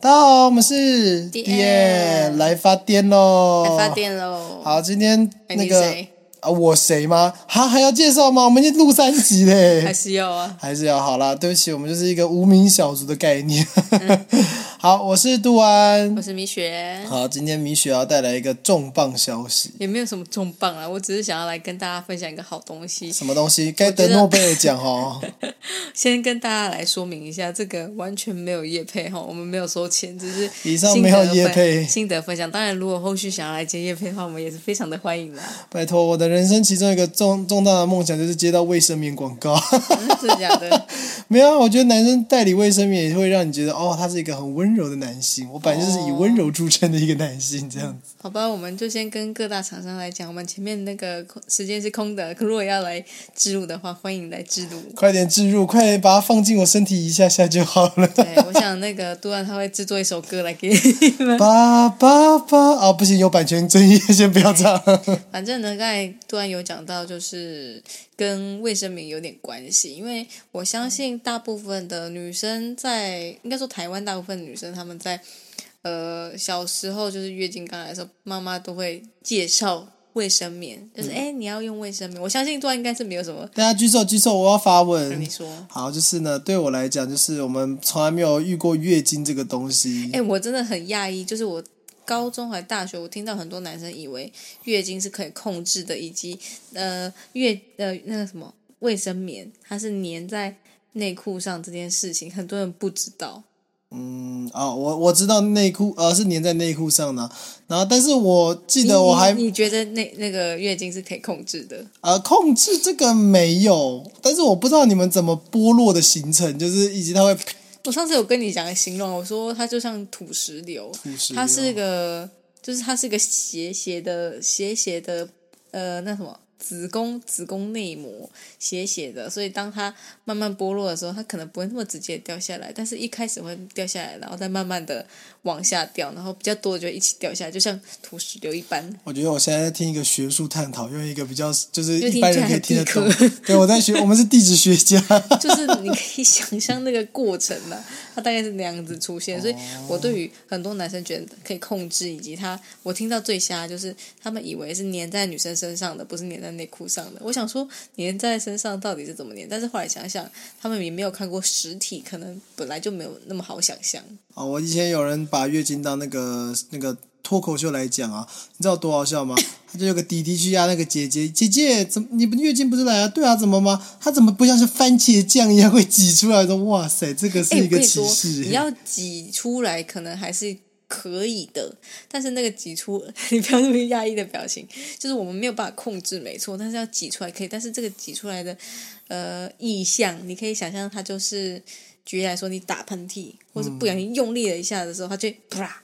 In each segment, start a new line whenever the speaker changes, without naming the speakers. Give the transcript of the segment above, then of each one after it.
大家好，我们是
The
耶
End
来发癫喽！
来发。电喽。
哦好，今天
哎
那
你
个
谁
啊，我谁吗？哈，还要介绍吗？我们已经录三集
还
嘞，
是有啊。
还是要好啦。对不起，我们就是一个无名小卒的概念。 好，我是杜安
嗯我。是米雪，
好，今天米雪要带来一个重磅消息，
也没有什么重磅啦，我只是想要来跟大家分享一个好东西。
什么东西？该得
我觉得
诺贝尔奖哦。
先跟大家来说明一下，这个完全没有业配哈，我们没有收钱，只是
以上没有
心得分
业配
心得分享。当然，如果后续想要来接业配的话，我们也是非常的欢迎啦。
拜托，我的人生其中一个重重大的梦想就是接到卫生棉广告。
嗯真的假 的？
没有啊，我觉得男生代理卫生棉也会让你觉得，哦，他是一个很温柔的男性。我本来就是以温柔著称的一个男性，这样子。
好吧，我们就先跟各大厂商来讲，我们前面那个 空时间是空的，如果要来植入的话，欢迎来植 入。
快点置入，快点把它放进我身体一下下就好了。
对，我想那个杜然他会制作一首歌来给你们。
爸爸爸，哦，不行，有版权争议，先不要唱。
反正呢，刚才突然有讲到，就是跟卫生棉有点关系，因为我相信大部分的女生在，应该说台湾大部分女生她们在，呃，小时候就是月经刚来的时候，妈妈都会介绍卫生棉，就是哎、诶你要用卫生棉。我相信突啊然应该是没有什么，
大家举手举手，我要发问
你。说。
好，就是呢，对我来讲，就是我们从来没有遇过月经这个东西。
哎、我真的很讶异，就是我高中还大学，我听到很多男生以为月经是可以控制的，以及呃月呃那个什么卫生棉，它是粘在内裤上这件事情，很多人不知道。
嗯，哦，我我知道内裤，呃，是粘在内裤上的。然后，但是我记得我还
你你觉得那那个月经是可以控制的？
呃，控制这个没有，但是我不知道你们怎么剥落的行程，就是以及它会
我上次有跟你讲形容，我说它就像土石流，
石流
它是个就是它是个斜斜的斜斜的呃那什么子宫子宫内膜斜斜的，所以当它慢慢剥落的时候，它可能不会那么直接掉下来，但是一开始会掉下来，然后再慢慢的往下掉，然后比较多的就一起掉下来，就像土石流一般。
我觉得我现在在听一个学术探讨，用一个比较就是
就
一
听
般
起
人
来
可以
很
听得
地
懂
科。
对，我在 学，我们是地质学家。
就是你可以想象那个过程呢、它大概是那样子出现。所以我对于很多男生觉得可以控制，以及他，我听到最瞎就是他们以为是粘在女生身上的，不是粘在内裤上的。我想说粘在身上到底是怎么粘？但是后来想想，他们也没有看过实体，可能本来就没有那么好想象。
啊、我以前有人把月经当那个那个脱口秀来讲啊，你知道多好笑吗？他就有个弟弟去压那个姐姐，姐姐怎么你不月经不是来了？对啊，怎么吗？他怎么不像是番茄酱一样会挤出来？说哇塞，这个是
哎，
一
我跟
个
你
歧
说，
视、
你要挤出来，可能还是可以的，但是那个挤出， 你不要那么压抑的表情，就是我们没有办法控制，没错，但是要挤出来可以，但是这个挤出来的呃意象，你可以想象它就是，举例来说，你打喷嚏，或是不小心用力了一下的时候，它就会啪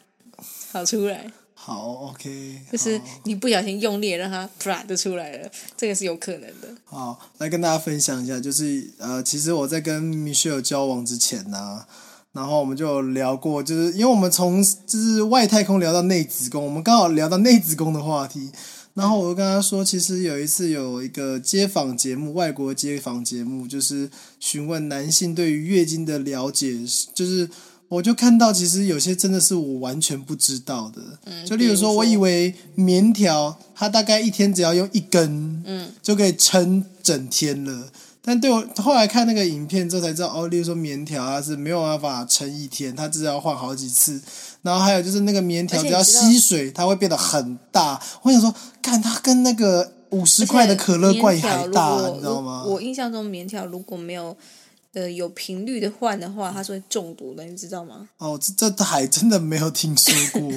跑出来，
好 OK，
就是你不小心用力让它啪就出来了，这个是有可能的。
好，来跟大家分享一下，就是呃，其实我在跟米雪 e 交往之前呢、然后我们就有聊过，就是因为我们从就是外太空聊到内子宫，我们刚好聊到内子宫的话题。然后我就跟她说，其实有一次有一个街访节目，外国街访节目，就是询问男性对于月经的了解，就是我就看到其实有些真的是我完全不知道的，就例如说，
比如说
我以为棉条它大概一天只要用一根，嗯，就可以撑整天了。但对我后来看那个影片之后才知道，哦，例如说棉条它是没有办法撑一天，它至少要换好几次。然后还有就是那个棉条
而
只
且你
要
知道
吸水，它会变得很大。我想说，看它跟那个五十块的可乐罐还大，
棉条如果
你知道吗？
我印象中棉条如果没有呃有频率的换的话，它是会中毒的，你知道吗？
哦，这这还真的没有听说 过。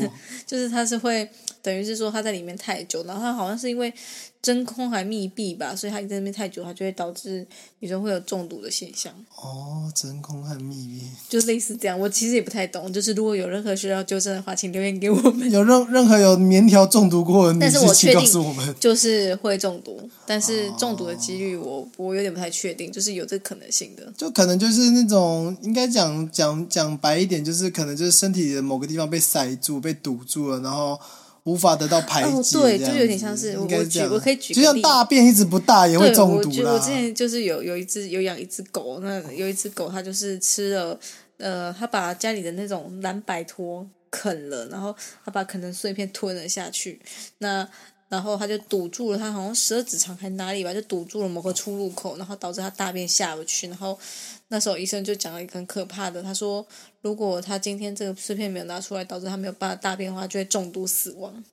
就是它是会等于是说它在里面太久，然后它好像是因为真空还密闭吧，所以它一直在那边太久，它就会导致女生会有中毒的现象，
哦，真空和秘密。
就类似这样。我其实也不太懂，就是如果有任何需要纠正的话，请留言给我们。
有任任何有棉条中毒过的女
但是
士，
我
请
确
告
定
诉我们。
就是会中毒，但是中毒的几率我我有点不太确定，就是有这可能性的。
就可能就是那种，应该讲讲讲白一点，就是可能就是身体的某个地方被塞住、被堵住了，然后无法得到排解、
哦对
这样
就有点像是
子
我
应该是这样
我举我可以举个
就像
例
大便一直不大也会
对，
中毒
我觉
啦。
我之前就是有有一只有养一只狗，那有一只狗它就是吃了呃，他把家里的那种蓝白拖啃了，然后他把啃成碎片吞了下去。那然后他就堵住了，他好像十二指肠还哪里吧，就堵住了某个出入口，然后导致他大便下不去。然后那时候医生就讲了一个很可怕的，他说如果他今天这个碎片没有拿出来，导致他没有办法大便的话，就会中毒死亡，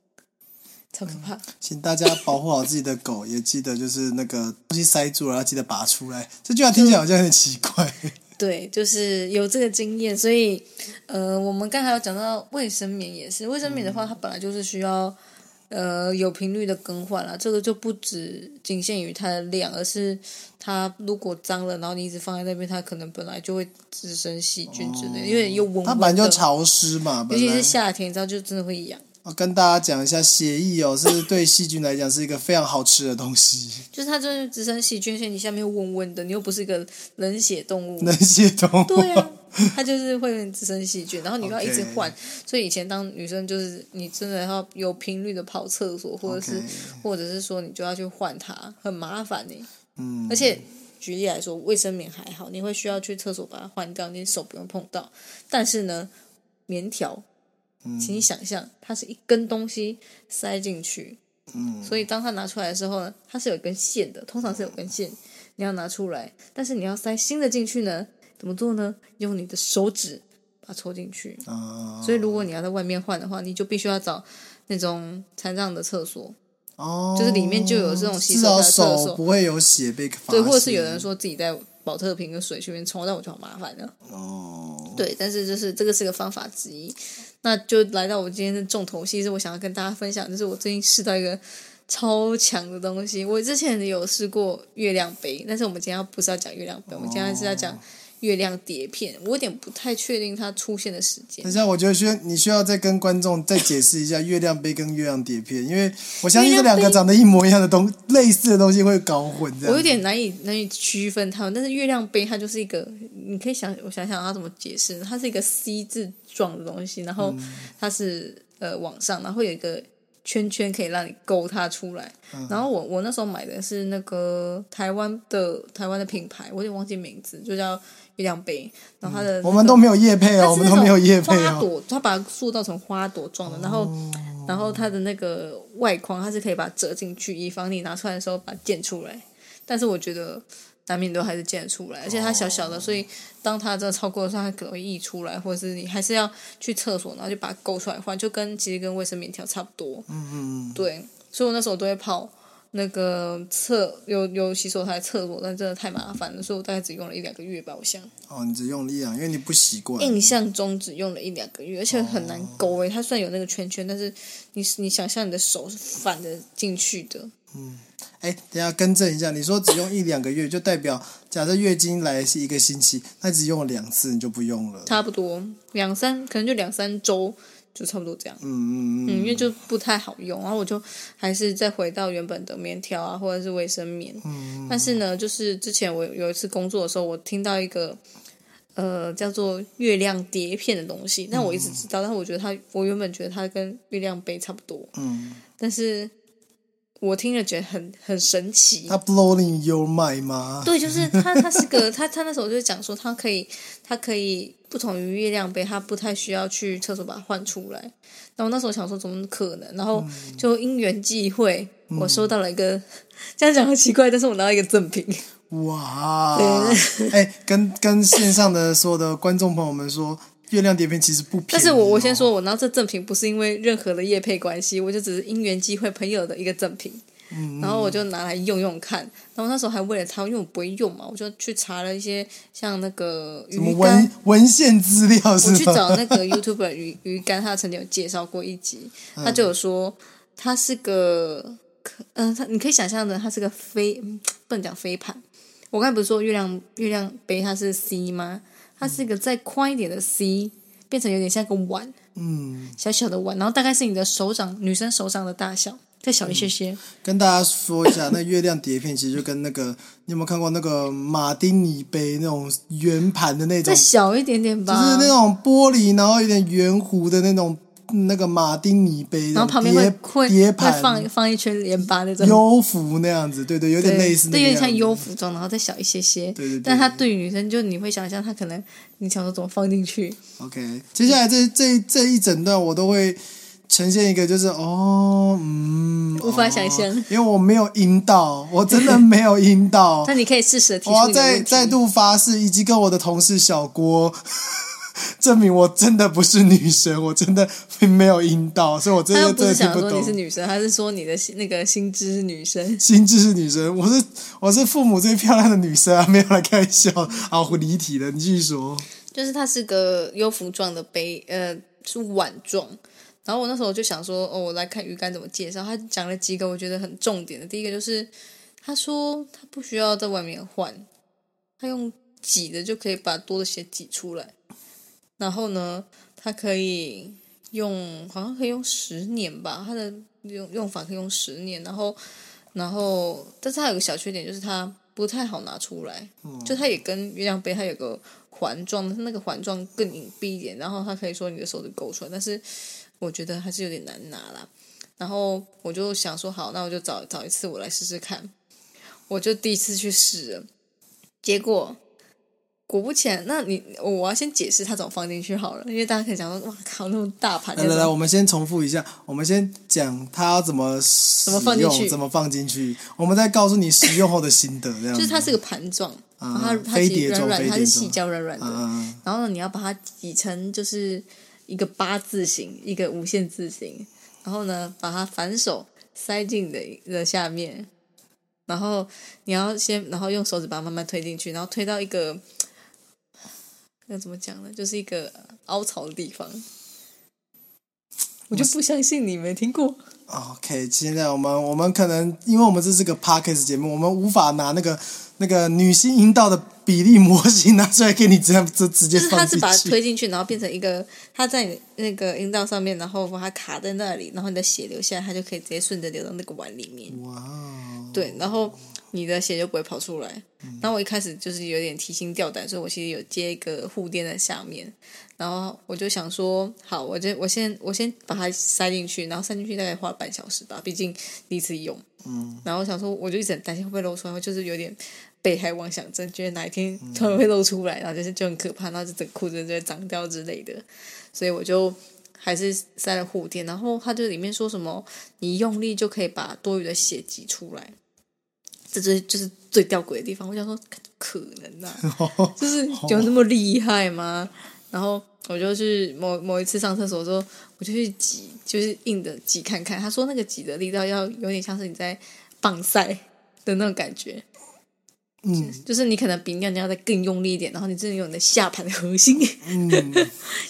超可怕。
请大家保护好自己的狗，也记得就是那个东西塞住了，要记得拔出来。这句话听起来好像有点奇 怪。
对，就是有这个经验，所以呃，我们刚才有讲到卫生棉也是，卫生棉的
嗯
话，它本来就是需要呃有频率的更换啦，这个就不只仅限于它的量，而是它如果脏了，然后你一直放在那边，它可能本来就会滋生细菌之类的，因为有蚊
哦它
蚊
本来就
的，
潮湿嘛，
尤
本
其是
来。
夏天，你知道就真的会痒。
我跟大家讲一下，血液哦，是对细菌来讲是一个非常好吃的东西，
就是它就是滋生细菌，所以你下面又温温的，你又不是一个冷血动物，
那些东
对啊，它就是会滋生细菌，然后你要一
哦
直
OK
换。所以以前当女生就是你真的要有频率的跑厕所，或者是
OK
或者是说你就要去换它，很麻烦呢、
嗯
而且举例来说，卫生棉还好，你会需要去厕所把它换掉，你手不用碰到。但是呢，棉条，
嗯
请你想象它是一根东西塞进去，
嗯，
所以当它拿出来的时候呢，它是有一根线的，通常是有根线，你要拿出来，但是你要塞新的进去呢，怎么做呢？用你的手指把它戳进去。
啊、
所以如果你要在外面换的话，你就必须要找那种残障的厕所，
哦，
就是里面就有这种洗
至
手
少
台的厕
手
所
不会有血被发现，
对，或者是有人说自己带保特瓶跟水去那边冲，但我觉得好麻烦的。
哦，
对，但是就是这个是个方法之一。那就来到我今天的重头戏，是我想要跟大家分享，就是我最近试到一个超强的东西。我之前有试过月亮杯，但是我们今天要不是要讲月亮杯，我们今天是要讲月亮碟片。我有点不太确定它出现的时间
等一。下，我觉得需要你需要再跟观众再解释一下月亮杯跟月亮碟片，因为我相信这两个长得一模一样的东类似的东西会搞混这
我有
样。
点难以难以区分它们，但是月亮杯它就是一个，你可以想，我想想它怎么解释，它是一个 C 字状的东西，然后
嗯
它是、呃往上，然后会有一个圈圈可以让你勾它出来。
嗯
然后我我那时候买的是那个台湾的台湾的品牌，我有点忘记名字，就叫月亮杯。然后它的那个、
嗯我们都没有叶配哦，我们
它是那
都
种
没有叶配
花
哦。
朵，它把它塑造成花朵状的，然后然后它的那个外框它是可以把它折进去，以防你拿出来的时候把它溅出来。但是我觉得难免都还是溅得出来，而且它小小的，所以当它真的超过的时候，它可能会溢出来，或者是你还是要去厕所，然后就把它勾出来换，就跟其实跟卫生棉条差不多。嗯嗯，对，所以我那时候都会跑。那个厕有有洗手台厕所，但真的太麻烦了，所以我大概只用了一两个月吧，我想。
哦，你只用力啊，因为你不习惯。
印象中只用了一两个月，而且很难勾欸诶、它虽然有那个圈圈，但是你你想象你的手是反着进去的，
哎，等一下更正一下，你说只用一两个月，就代表假设月经来是一个星期，那只用了两次你就不用了。
差不多两三可能就两三周，就差不多这样。
嗯嗯嗯，
嗯，因为就不太好用，然后我就还是再回到原本的棉条啊，或者是卫生棉。嗯，但是呢，就是之前我有一次工作的时候，我听到一个呃叫做月亮碟片的东西，但我一直知道，但我觉得它，我原本觉得它跟月亮杯差不多。
嗯，
但是我听了觉得很很神奇。
它 blowing your mind 吗？
对，就是它，它是个它，它那时候就讲说，它可以，它可以不同于月亮杯，它不太需要去厕所把它换出来。然后那时候想说，怎么可能？然后
嗯
就因缘际会，我收到了一个， 这样讲很奇怪，但是我拿到一个 赠品。
哇！哎，跟跟线上的所有的观众朋友们说，月亮碟片其实不便宜、哦
但是我我先，说，我拿到这赠品不是因为任何的业配关系，我就只是因缘际会朋友的一个赠品。
嗯
然后我就拿来用用看，然后那时候还为了它，因为我不会用嘛，我就去查了一些像那个
什么
鱼竿
文，文献资料啊是
我
吗？
去找 那个 YouTuber 鱼鱼竿，他曾经有介绍过一集，
嗯
他就有说他是个，嗯、他你可以想象的，他是个飞，嗯不能讲飞盘。我刚才不是说月亮月亮杯它是 C 吗？它是一个再宽一点的 C，变成有点像个碗，
嗯，
小小的碗，然后大概是你的手掌，女生手掌的大小，再小一些些。
跟大家说一下，那月亮碟片其实就跟那个，你有没有看过那个马丁尼杯那种圆盘的那种
再，小一点点吧。
就是那种玻璃，然后有点圆弧的那种那个马丁尼杯，
然后旁边会
叠
会
叠
会放
盘
放一圈盐巴那种，
优服那样子，对对，有点类似那
对，
个
有
样
点
子，
像优服装，然后再小一些些。
对对对
但它对于女生，就你会想象它可能你想说怎么放进去，
哦 OK，接下来这这这一整段我都会呈现一个就是哦，嗯，
无法
哦
想象
因为我没有阴道，我真的没有阴 道
那。你可以适时的提
我
出
要
你的
再
问
再
题。
度发誓，以及跟我的同事小郭 证明我真的不是女生，我真的没有阴道，所以我真
他
的
又不
真
是
的听
想说
懂
你是。女生，他是说你的心那个心知是女生。
心智是女生，我是我是父母最漂亮的女生啊，没有来开玩笑啊，我离题了，你继续说。
就是它是个优芙状的杯，呃，是碗状。然后我那时候就想说，哦，我来看鱼竿怎么介绍。他讲了几个我觉得很重点的，第一个就是他说他不需要在外面换，他用挤的就可以把多的血挤出来。然后呢，它可以用，好像可以用十年吧，它的用用法可以用十年。然后，然后，但是它有个小缺点，就是它不太好拿出来。
嗯
就它也跟月亮杯它有个环状，但是那个环状更隐蔽一点，然后它可以说你的手指勾出来，但是我觉得还是有点难拿啦。然后我就想说，好，那我就找找一次我来试试看。我就第一次去试了，结果果不其然，那你我我要先解释它怎么放进去好了，因为大家可能想说，哇靠，那么大盘，
来来来，我们先重复一下，我们先讲它要怎么使
么放进
用
去
怎么放进去，我们再告诉你使用后的心得，这样
就是它
子。
是个盘状，然后它它
嗯飞
其实
碟
软
状
软，
飞
它
碟
是细
状
胶软软的，
嗯，
然后呢，你要把它挤成就是一个八字形，一个无限字形，然后呢，把它反手塞进你的的下面，然后你要先，然后用手指把它慢慢推进去，然后推到一个要怎么讲呢？就是一个凹槽的地方。我就不相信你没听过，
OK，现在我们我们可能因为我们这是个 podcast 节目，我们无法拿那个那个女性阴道的比例模型拿出来给你这样直直接
就是它
放
是
进
把它
去。
推进去，然后变成一个，它在你那个阴道上面，然后把它卡在那里，然后你的血流下来，它就可以直接顺着流到那个碗里面。
哇哦，
对，然后你的血就不会跑出来。然后我一开始就是有点提心吊胆，所以我其实有接一个护垫在下面，然后我就想说，好，我就我先我先把它塞进去，然后塞进去大概花了半小时吧，毕竟第一次用。嗯。然后我想说，我就一直很担心会不会露出来，就是有点被害妄想症，觉得哪一天突然会露出来，然后就是就很可怕，然后就整个裤子就会脏掉之类的，所以我就。还是塞了护垫，然后它就里面说什么，你用力就可以把多余的血挤出来，这就是就是最吊诡的地方。我想说，可能呐、
哦
就是有那么厉害吗？然后我就去某某一次上厕所的时候，我就去挤，就是硬的挤看看。他说那个挤的力道要有点像是你在棒赛的那种感觉，
嗯
就是你可能比尿尿再更用力一点，然后你真的用你的下盘的核心。
嗯，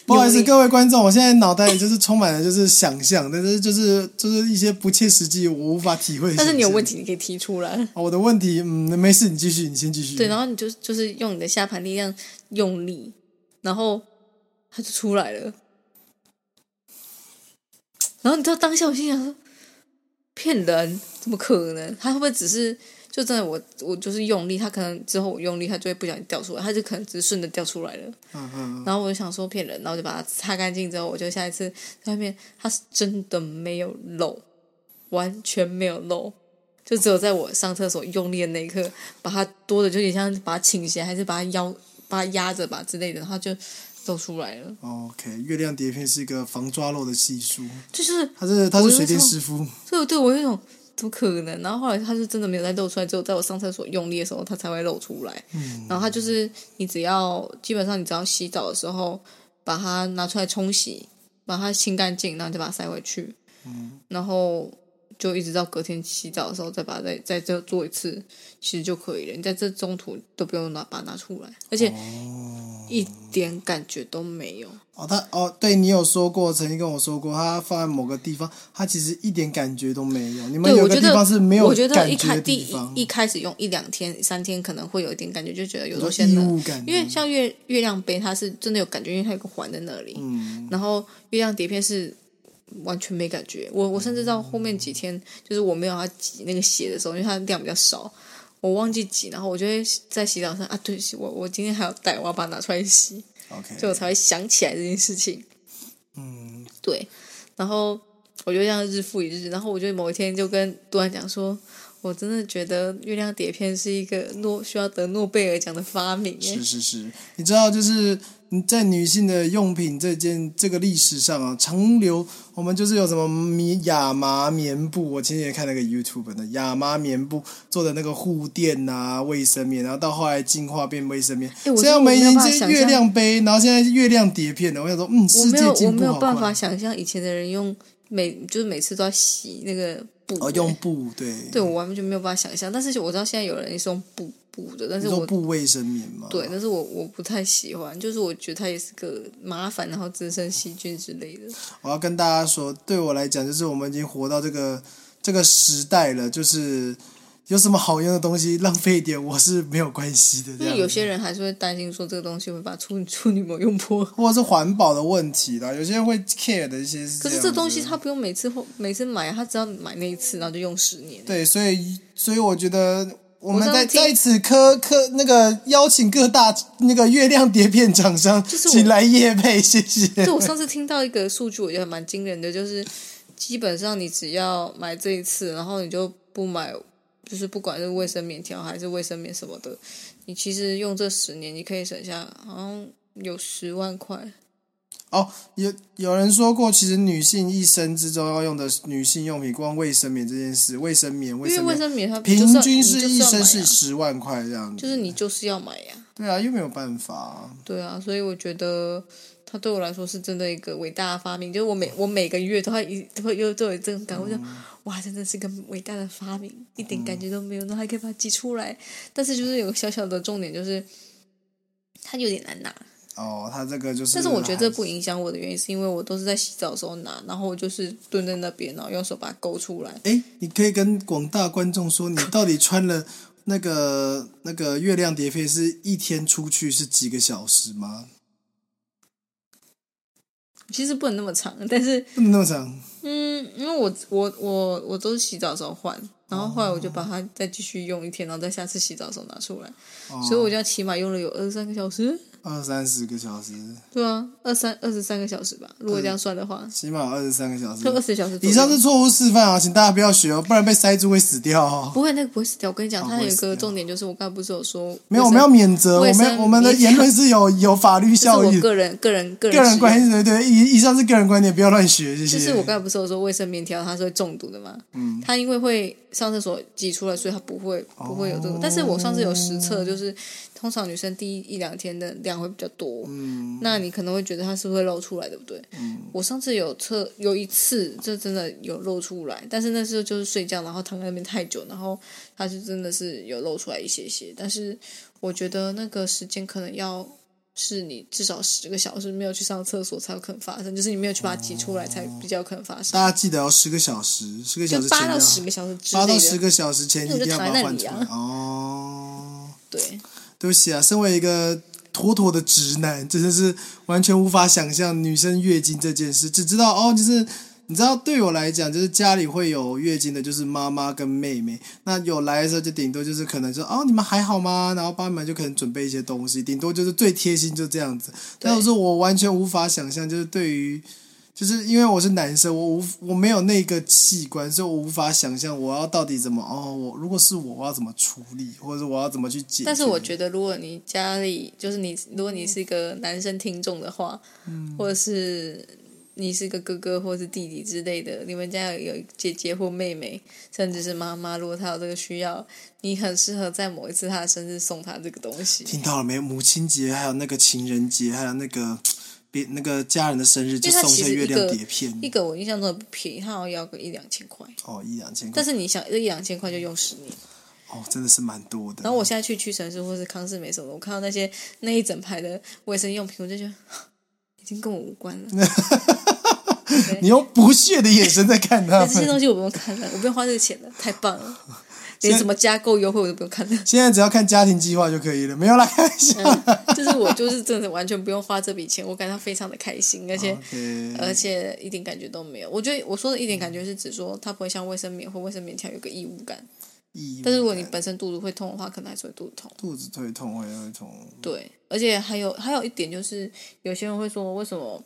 不好意
有
思，
力
各位观众，我现在脑袋里就是充满了就是想象，但是就是就是一些不切实际，我无法体会的想象。
但是你有问题，你可以提出来。
哦，我的问题，嗯，没事，你继续，你先继续。
对，然后你就就是用你的下盘力量用力，然后它就出来了。然后你知道当下我心想说，骗人，怎么可能？他会不会只是就真的我我就是用力，他可能之后我用力，他就会不小心掉出来，他就可能只是顺着掉出来了。
嗯嗯
然后我就想说骗人，然后我就把它擦干净之后，我就下一次在外面，它是真的没有漏，完全没有漏，就只有在我上厕所用力的那一刻，把它多的就有点像把它倾斜，还是把它腰把它压着吧之类的，然后就露出来了。
嗯，OK，月亮碟片是一个防抓漏的系数，
就是
他是他是
我就
水电
说
师傅。
所以我对我有一种怎么可能？然后后来它就真的没有再露出来，只有在我上厕所用力的时候，它才会露出来。嗯、然后它就是你只要基本上你只要洗澡的时候把它拿出来冲洗，把它清干净，然后再把它塞回去。嗯、然后就一直到隔天洗澡的时候再把它再再这做一次，其实就可以了。你在这中途都不用拿把它拿出来，而且一点感觉都没有。
哦，他哦，对你有说过，曾经跟我说过，他放在某个地方，他其实一点感觉都没有。你们
对，
有
我
个
觉
地
得
方是没有
我觉得
感
一
觉
开
的
第
地
一
方，
一开始用一两天、三天可能会有一点感觉，就觉得
有
有时候
种
先
异
冷
物感觉。
因为像月月亮杯，它是真的有感觉，因为它有个环在那里。
嗯，
然后月亮碟片是完全没感觉。我我甚至到后面几天，就是我没有要挤那个血的时候，因为它量比较少，我忘记挤，然后我就会在洗澡上啊，对，我我今天还有带，我要把它拿出来洗，
OK，
所以我才会想起来这件事情。
嗯，
对，然后我就这样日复一日，然后我就某一天就跟杜安讲说，我真的觉得月亮碟片是一个诺需要得诺贝尔奖的发明耶
是是是，你知道，就是你在女性的用品这件这个历史上啊，长流我们就是有什么米亚麻棉布，我前几天看那个 YouTube 的亚麻棉布做的那个护垫呐、卫生棉，然后到后来进化变卫生棉，
哎我
现在我们已
真
经
的没有办法
是
想
月
象
亮杯，然后现在是月亮碟片了。我想说，嗯，
我
世
没
界
有我
进
没
步
有
好
办法
快。
想象以前的人用每就是每次都要洗那个布耶，
哦，用布对，
对我完全没有办法想象。但是我知道现在有人是用布布的，但
你
是
说
我
布啊卫生棉嘛，
对，但是我我不太喜欢，就是我觉得它也是个麻烦，然后滋生细菌之类的。
我要跟大家说，对我来讲，就是我们已经活到这个这个时代了，就是有什么好用的东西浪费一点，我是没有关系的。这
因
样
为
子
有些人还是会担心说这个东西会把处处女 膜用破。
或者是环保的问题啦，有些人会 care 的一些是
可是
样
这
子
东西他不用每次或每次买，他只要买那一次，然后就用十年。
对，所以所以我觉得。我
我
们
上
在
次听
在此科科那个邀请各大那个月亮碟片厂商，
就是我
请来夜配，谢谢。
就我上次听到一个数据，我觉得还蛮惊人的，就是基本上你只要买这一次，然后你就不买，就是不管是卫生棉条还是卫生棉什么的，你其实用这十年，你可以省下好像有十万块。
哦，有有人说过，其实女性一生之中要用的女性用品，光卫生棉这件事，卫生棉，卫
因为
生
卫
棉，
生棉它就是
平
要
均
你
是
就
一
要
生
买
是
啊
十万块这样子。
就是你就是要买呀、
对啊，又没有办法啊、
对啊，所以我觉得它对我来说是真的一个伟大的发明，就是我每我每个月都会一都会又都有这种感悟，就哇，真的是个伟大的发明，一点感觉都没有，然后还可以把它挤出来，但是就是有个小小的重点就是。它有点难拿，
哦，他这个就是，
但是我觉得这不影响我的原因，是因为我都是在洗澡的时候拿，然后我就是蹲在那边，然后用手把它勾出来。
哎，你可以跟广大观众说，你到底穿了那个那个月亮碟片是一天出去是几个小时吗？
其实不能那么长，但是
不能那么长。
嗯，因为我我我我都是洗澡的时候换，然后后来我就把它再继续用一天，然后再下次洗澡的时候拿出来，
哦、
所以我就要起码用了有二三个小时，
二三十个小时，
对啊，二三二十三个小时吧，如果这样算的话，
起码有二十三个小时
就。二十小时左右。
以上是错误示范啊，请大家不要学哦，不然被塞住会死掉、哦。
不会，那个不会死掉。我跟你讲，
哦
它
不会
有一
死掉
个重点就是，我刚才不是有说，
没有，我们要免责，我
卫生
们我们的言论是有有法律
这是
效
我
应。
个人个人个人
个人观
使用
点，对对，以以上是个人观点，不要乱学，谢谢。
就是我刚才不是有说卫生棉条它是会中毒的嘛？嗯，它因为会上厕所挤出来，所以它不会不会有这个。但是我上次有实测，就是通常女生第一一两天的量会比较多，嗯，那你可能会觉得它是不是会漏出来，对不对？嗯，我上次有测有一次，就真的有漏出来，但是那时候就是睡觉，然后躺在那边太久，然后它就真的是有漏出来一些些。但是我觉得那个时间可能要是你至少十个小时没有去上厕所才有可能发生，就是你没有去把它挤出来才比较可能发生。
大家记得哦，十个小时，十个小
就
时前
八到
要
十个小时之
八到
类
十
的，
个小时前
那我
一
就
定要把
躺
它
在
换
那里
出
啊
来。哦，
对，
对不起啊，身为一个妥妥的直男，真的是完全无法想象女生月经这件事，只知道哦，就是。你知道，对我来讲，就是家里会有月经的，就是妈妈跟妹妹。那有来的时候，就顶多就是可能说，哦，你们还好吗？然后帮你们就可能准备一些东西，顶多就是最贴心就这样子。但是我完全无法想象，就是对于就是因为我是男生，我无我没有那个器官，所以我无法想象我要到底怎么哦，我如果是我，我要怎么处理，或者是我要怎么去解决。
但是我觉得，如果你家里就是你，如果你是一个男生听众的话，或者是你是个哥哥或是弟弟之类的，你们家有姐姐或妹妹，甚至是妈妈，如果她有这个需要，你很适合在某一次她的生日送她这个东西。
听到了没？母亲节，还有那个情人节，还有那个别那个家人的生日，就
因为它
送一
其
些
实
月
一
亮
个
碟片
一个我印象中的不便宜，它好像要个一两千块。
哦，一两千块
但，是你想，这一两千块就用十年。
哦，真的是蛮多的。
然后我现在去屈臣氏或是康氏美什么的，我看到那些那一整排的卫生用品，我就觉得 已经跟我无关了。
你用不屑的眼神在看他
但这些
们。
东西我不用看了，我不用花这个钱了，太棒了！连什么加购优惠我都不用看了，
现在只要看家庭计划就可以了，没有啦，开玩笑。
就是我就是真的完全不用花这笔钱，我感到非常的开心，而
哦
且。
OK，
嗯而且一点感觉都没有，我觉得我说的一点感
嗯
觉是指说它不会像卫生棉或卫生棉条有个异物感，
意义
但是如果
不
你
大
本身肚子会痛的话，可能还是会肚子痛。
肚子会痛，会会痛，
对，而且还有还有一点就是，有些人会说为什么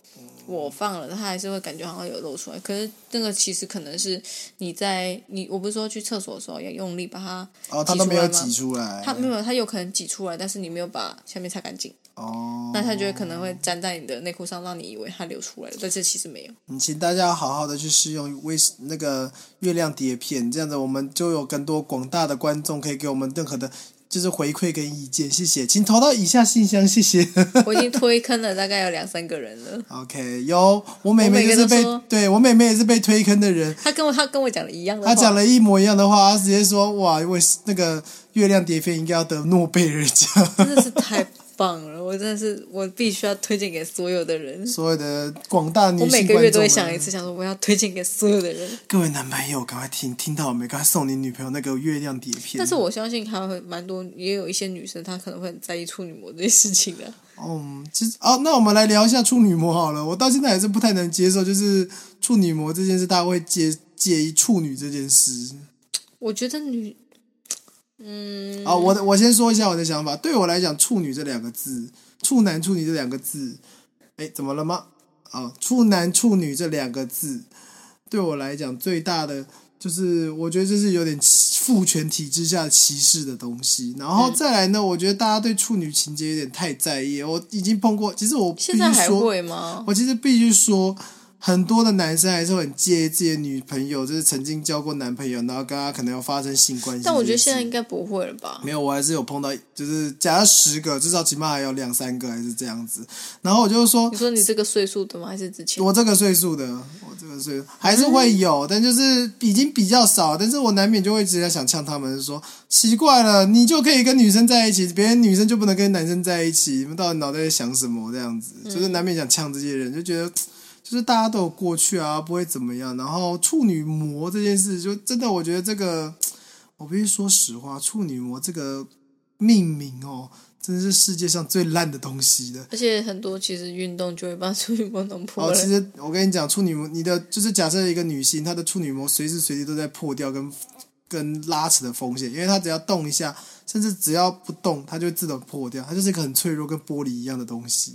我放了，他还是会感觉好像有露出来。可是那个其实可能是你在你，我不是说去厕所的时候要用力把它，
哦，他
挤
都
出
没有
来吗
挤出来，
它没有，它有可能挤出来，但是你没有把下面擦干净，
哦，
那它就会可能会粘在你的内裤上，让你以为它流出来了，但是其实没有。
嗯请大家好好的去试用微那个月亮碟片，这样子我们就有更多广大的观众可以给我们任何的，就是回馈跟意见，谢谢，请投到以下信箱，谢谢。
我已经推坑了大概有两三个人了。
OK，有我妹妹就是
我每个
被
都说
对我妹妹也是被推坑的人，
他跟我他跟我讲的一样的话，
她讲了一模一样的话，她直接说哇，为那个月亮碟片应该要得诺贝尔奖，
真的是太棒了！我真的是我必须要推荐给所有的人。
所有的广大女
我
性
每
观众啊嗯
个月都会想
们
一次，想说我要推荐给所有的人。
各位男朋友，赶快听听到没？赶快送你女朋友那个月亮碟片。
但是我相信还有蛮多，也有一些女生她可能会很在意处女膜这件事情的。
嗯，其实哦，那我们来聊一下处女膜好了。我到现在还是不太能接受，就是处女膜这件事，大家会介介意处女这件事。
嗯我觉得女，嗯，
啊、我的我先说一下我的想法。对我来讲，“处女”这两个字，“处男”“处女”这两个字，哎，怎么了吗？啊、处男”“处女”这两个字，对我来讲最大的就是，我觉得这是有点歧父权体制下歧视的东西。然
嗯
后再来呢，我觉得大家对处女情节有点太在意。我已经碰过，其实我必须
现在还
说，
会吗？
我其实必须说，很多的男生还是会很介意自己的女朋友，就是曾经交过男朋友，然后跟他可能要发生性关系这件事。
但我觉得现在应该不会了吧？
没有，我还是有碰到，就是假设十个，至少起码还有两三个还是这样子。然后我就说
你，说你这个岁数的吗？还是之前？
我这个岁数的，我这个岁数还是会有，但就是已经比较少。但是我难免就会直接想呛他们说，奇怪了，你就可以跟女生在一起，别人女生就不能跟男生在一起，你们到底脑袋在想什么？这样子，就是难免想呛这些人，就觉得。就是大家都有过去啊，不会怎么样。然后处女膜这件事，就真的我觉得这个，我必须说实话，处女膜这个命名哦，真是世界上最烂的东西的。
而且很多其实运动就会把处女膜弄破
哦，
了
其。实我跟你讲，处女膜，你的就是假设一个女性，她的处女膜随时随地都在破掉跟跟拉扯的风险，因为她只要动一下，甚至只要不动，它就会自动破掉，它就是一个很脆弱，跟玻璃一样的东西。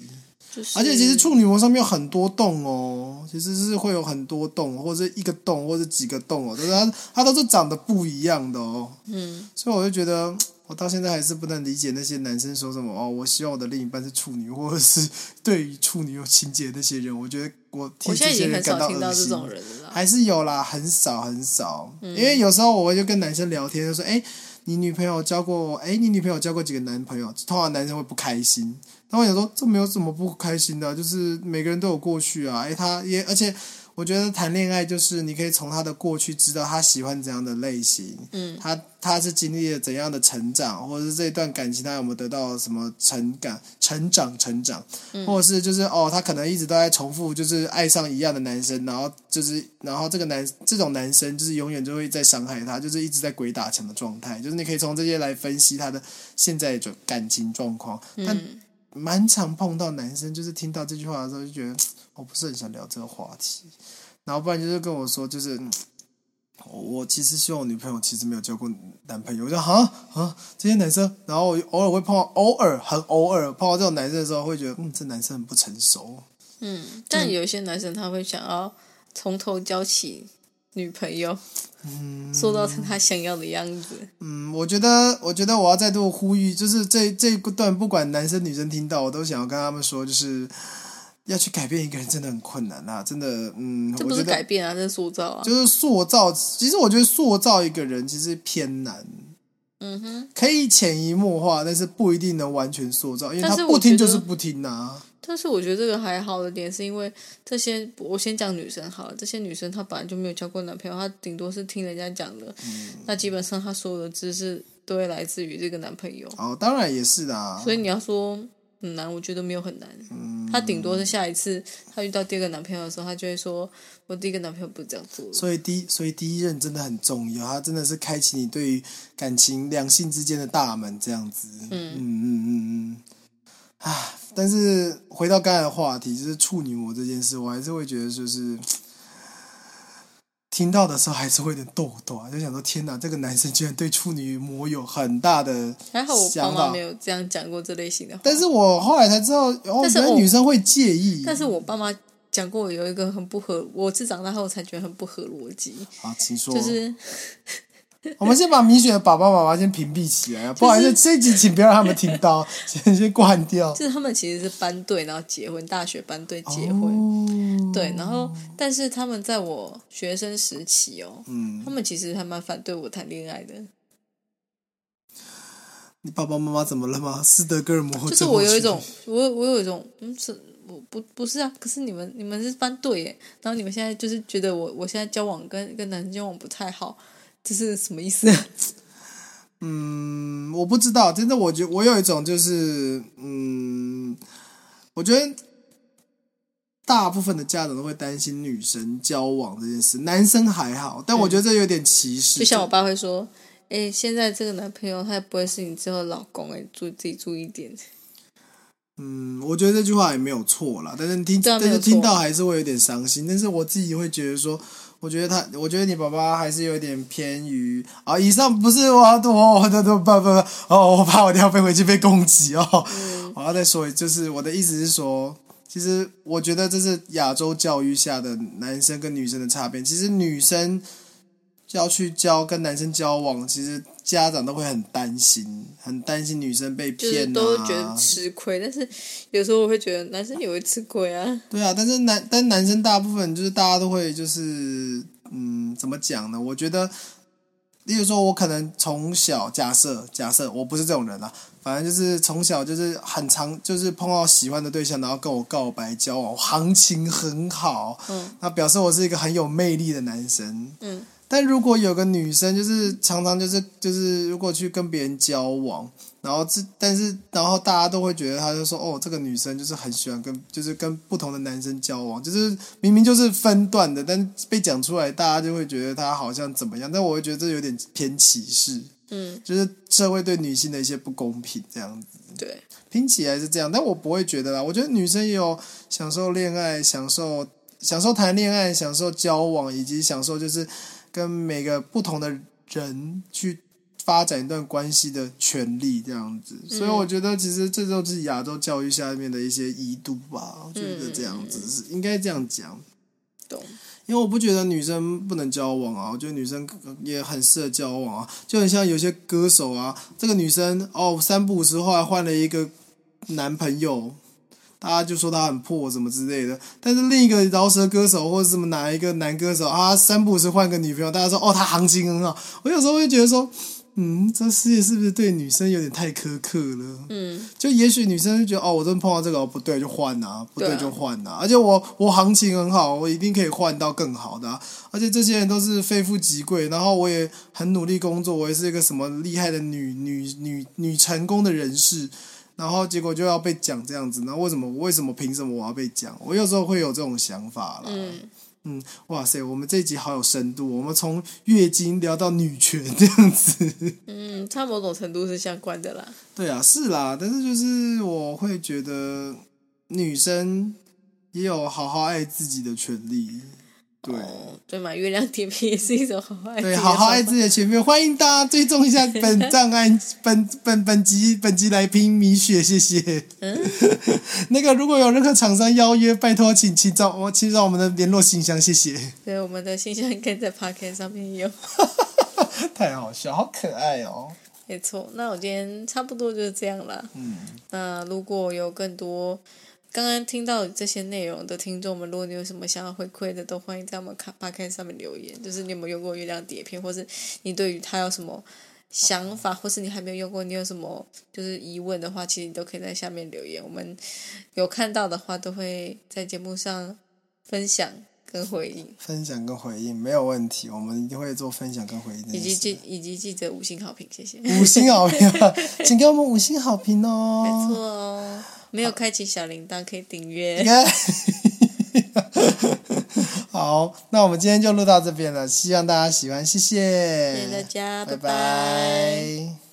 就是
而且其实处女膜上面有很多洞哦，其实是会有很多洞，或者一个洞，或者几个洞哦，但是它它都是长得不一样的哦。
嗯，
所以我就觉得，我到现在还是不能理解那些男生说什么哦，我希望我的另一半是处女，或者是对于处女有情结的那些人，我觉得我替
我现
这
在已
些
经
人
很
感
少
到
听到
恶
这
心。
种人了啦。
还是有啦，很少很少，因为有时候我就跟男生聊天，就说：“哎、你女朋友交过？哎、你女朋友交过几个男朋友？”通常男生会不开心。那我想说，这没有什么不开心的啊，就是每个人都有过去啊。哎、他也而且我觉得谈恋爱就是你可以从他的过去知道他喜欢怎样的类型，
嗯，
他他是经历了怎样的成长，或者是这一段感情他有没有得到什么成感、成长、成长，或者是就是哦，他可能一直都在重复，就是爱上一样的男生，然后就是然后这个男这种男生就是永远就会在伤害他，就是一直在鬼打墙的状态，就是你可以从这些来分析他的现在的感情状况，但
嗯。
蛮常碰到男生，就是听到这句话的时候就觉得我不是很想聊这个话题，然后不然就是跟我说，就是嗯我我其实希望我女朋友其实没有交过男朋友，我就哈啊这些男生，然后我偶尔会碰到，偶尔很偶尔碰到这种男生的时候，会觉得嗯这男生很不成熟，
嗯，但有一些男生他会想要从头教起女朋友，嗯，做到他想要的样子。
嗯，我觉得，我觉得我要再度呼吁，就是这这一段不管男生女生听到，我都想要跟他们说，就是要去改变一个人真的很困难啊，真的，嗯，
这
我
不
觉
是
得
改变啊，这是塑造啊。
就是塑造，其实我觉得塑造一个人其实偏难，
嗯哼，
可以潜移默化，但是不一定能完全塑造，因为他
但是我
不听
觉
就
得
是不听啊。
但是我觉得这个还好的点是因为这些，我先讲女生好了，这些女生她本来就没有交过男朋友，她顶多是听人家讲的，
嗯
那基本上她所有的知识都会来自于这个男朋友。
哦，当然也是啦
所。以你要说很难，我觉得没有很难。
嗯
她顶多是下一次她遇到第二个男朋友的时候，她就会说：“我第一个男朋友不是这样做的。”
所以第一，所以第一任真的很重要，他真的是开启你对于感情两性之间的大门，这样子。嗯嗯嗯嗯嗯。啊，但是回到刚才的话题，就是处女膜这件事，我还是会觉得就是听到的时候还是会有点痘痘啊，就想说天哪，这个男生居然对处女膜有很大的
还好我爸
想
妈
法
没。有这样讲过这类型的话。
但是我后来才知道，哦，
但是
原来
我
女生会介意。
但是我爸妈讲过有一个很不合，我是长大后才觉得很不合逻辑，
好，请说。
就是
我们先把米雪的爸爸妈妈先屏蔽起来啊，不好意思，这一集请不要让他们听到， 先先挂掉。
就是他们其实是班队，然后结婚，大学班队结婚，
哦，
对，然后但是他们在我学生时期哦，
嗯，
他们其实还蛮反对我谈恋爱的，
你爸爸妈妈怎么了吗？ 斯德哥尔摩
就是
症
我
候
有一
群
种，我我有一种，嗯，是我不不是啊，可是你们你们是班队耶，然后你们现在就是觉得我我现在交往跟跟男生交往不太好，这是什么意思？
嗯，我不知道，真的，我觉我有一种就是，嗯，我觉得大部分的家长都会担心女生交往这件事，男生还好，但我觉得这有点歧视。
就像我爸会说。哎、现在这个男朋友他也不会是你之后的老公哎、注自己注意一点。
嗯，我觉得这句话也没有错啦，但是听，
对啊
但
没
是
有错
听到还是会有点伤心。但是我自己会觉得说，我觉得他，我觉得你爸爸还是有点偏于啊。以上不是我要多，我的不不不哦，我怕我等一下飞回去被攻击哦。
嗯
我要再说一，就是我的意思是说，其实我觉得这是亚洲教育下的男生跟女生的差别。其实女生要去交跟男生交往，其实家长都会很担心，很担心女生被
就是
骗、啊，
都觉得吃亏，但是有时候我会觉得男生也会吃亏啊。
对啊，但是男但男生大部分就是大家都会就是嗯，怎么讲呢？我觉得，例如说，我可能从小假设假设我不是这种人啊，反正就是从小就是很常就是碰到喜欢的对象，然后跟我告白交往，行情很好，
嗯，
那表示我是一个很有魅力的男生。
嗯，
但如果有个女生，就是常常就是就是，如果去跟别人交往，然后这但是然后大家都会觉得，她就说哦，这个女生就是很喜欢跟就是跟不同的男生交往，就是明明就是分段的，但被讲出来，大家就会觉得她好像怎么样。但我会觉得这有点偏歧视，
嗯，
就是社会对女性的一些不公平这样子。
对，
拼起来是这样，但我不会觉得啦。我觉得女生也有享受恋爱、享受享受谈恋爱、享受交往，以及享受就是跟每个不同的人去发展一段关系的权利这样子。所以我觉得，其实这就是亚洲教育下面的一些遗毒吧。我觉得这样子是应该这样讲。
懂。
因为我不觉得女生不能交往啊，我觉得女生也很适合交往啊，就很像有些歌手啊，这个女生哦三不五时后来换了一个男朋友，大家就说她很破什么之类的，但是另一个饶舌歌手或者什么哪一个男歌手啊，三不五时换个女朋友，大家说哦他行情很好，我有时候会觉得说，嗯，这世界是不是对女生有点太苛刻了？
嗯，
就也许女生就觉得哦，我真的碰到这个哦不对就换啊，不对
对啊
就换啊，而且我我行情很好，我一定可以换到更好的啊、而且这些人都是非富即贵，然后我也很努力工作，我也是一个什么厉害的女女女女成功的人士，然后结果就要被讲这样子，那为什么为什么凭什么我要被讲？我有时候会有这种想法啦。
嗯
嗯哇塞，我们这一集好有深度，我们从月经聊到女权 这样子。
嗯，它某种程度是相关的啦。
对啊，是啦，但是就是我会觉得女生也有好好爱自己的权利。对、
哦，对嘛，月亮甜蜜也是一种好爱自己
对，
的
好好爱自
方
己
法。
的权利。欢迎大家追踪一 下本档案本本本集本集来宾米雪，谢谢。 那个如果有任何厂商邀约，拜托请请找我，请找我们的联络信箱，谢谢。
对，我们的信箱应该在 p o c k e t 上面有。
太好笑，好可爱哦。
没错，那我今天差不多就是这样啦。
嗯，
那如果有更多刚刚听到这些内容的听众们，如果你有什么想要回馈的，都欢迎在我们卡 p o c k e t 上面留言。就是你有没有用过月亮碟片，或是你对于它有什么想法，或是你还没有用过，你有什么就是疑问的话，其实你都可以在下面留言。我们有看到的话，都会在节目上分享跟回应，
分享跟回应没有问题，我们一定会做分享跟回应这件事。
以及记以及记者五星好评，谢谢。
五星好评啊，请给我们五星好评哦。
没错哦，没有开启小铃铛可以订阅
你。看。 好，那我们今天就录到这边了，希望大家喜欢，谢谢，
谢谢大家
嗯拜
拜拜
拜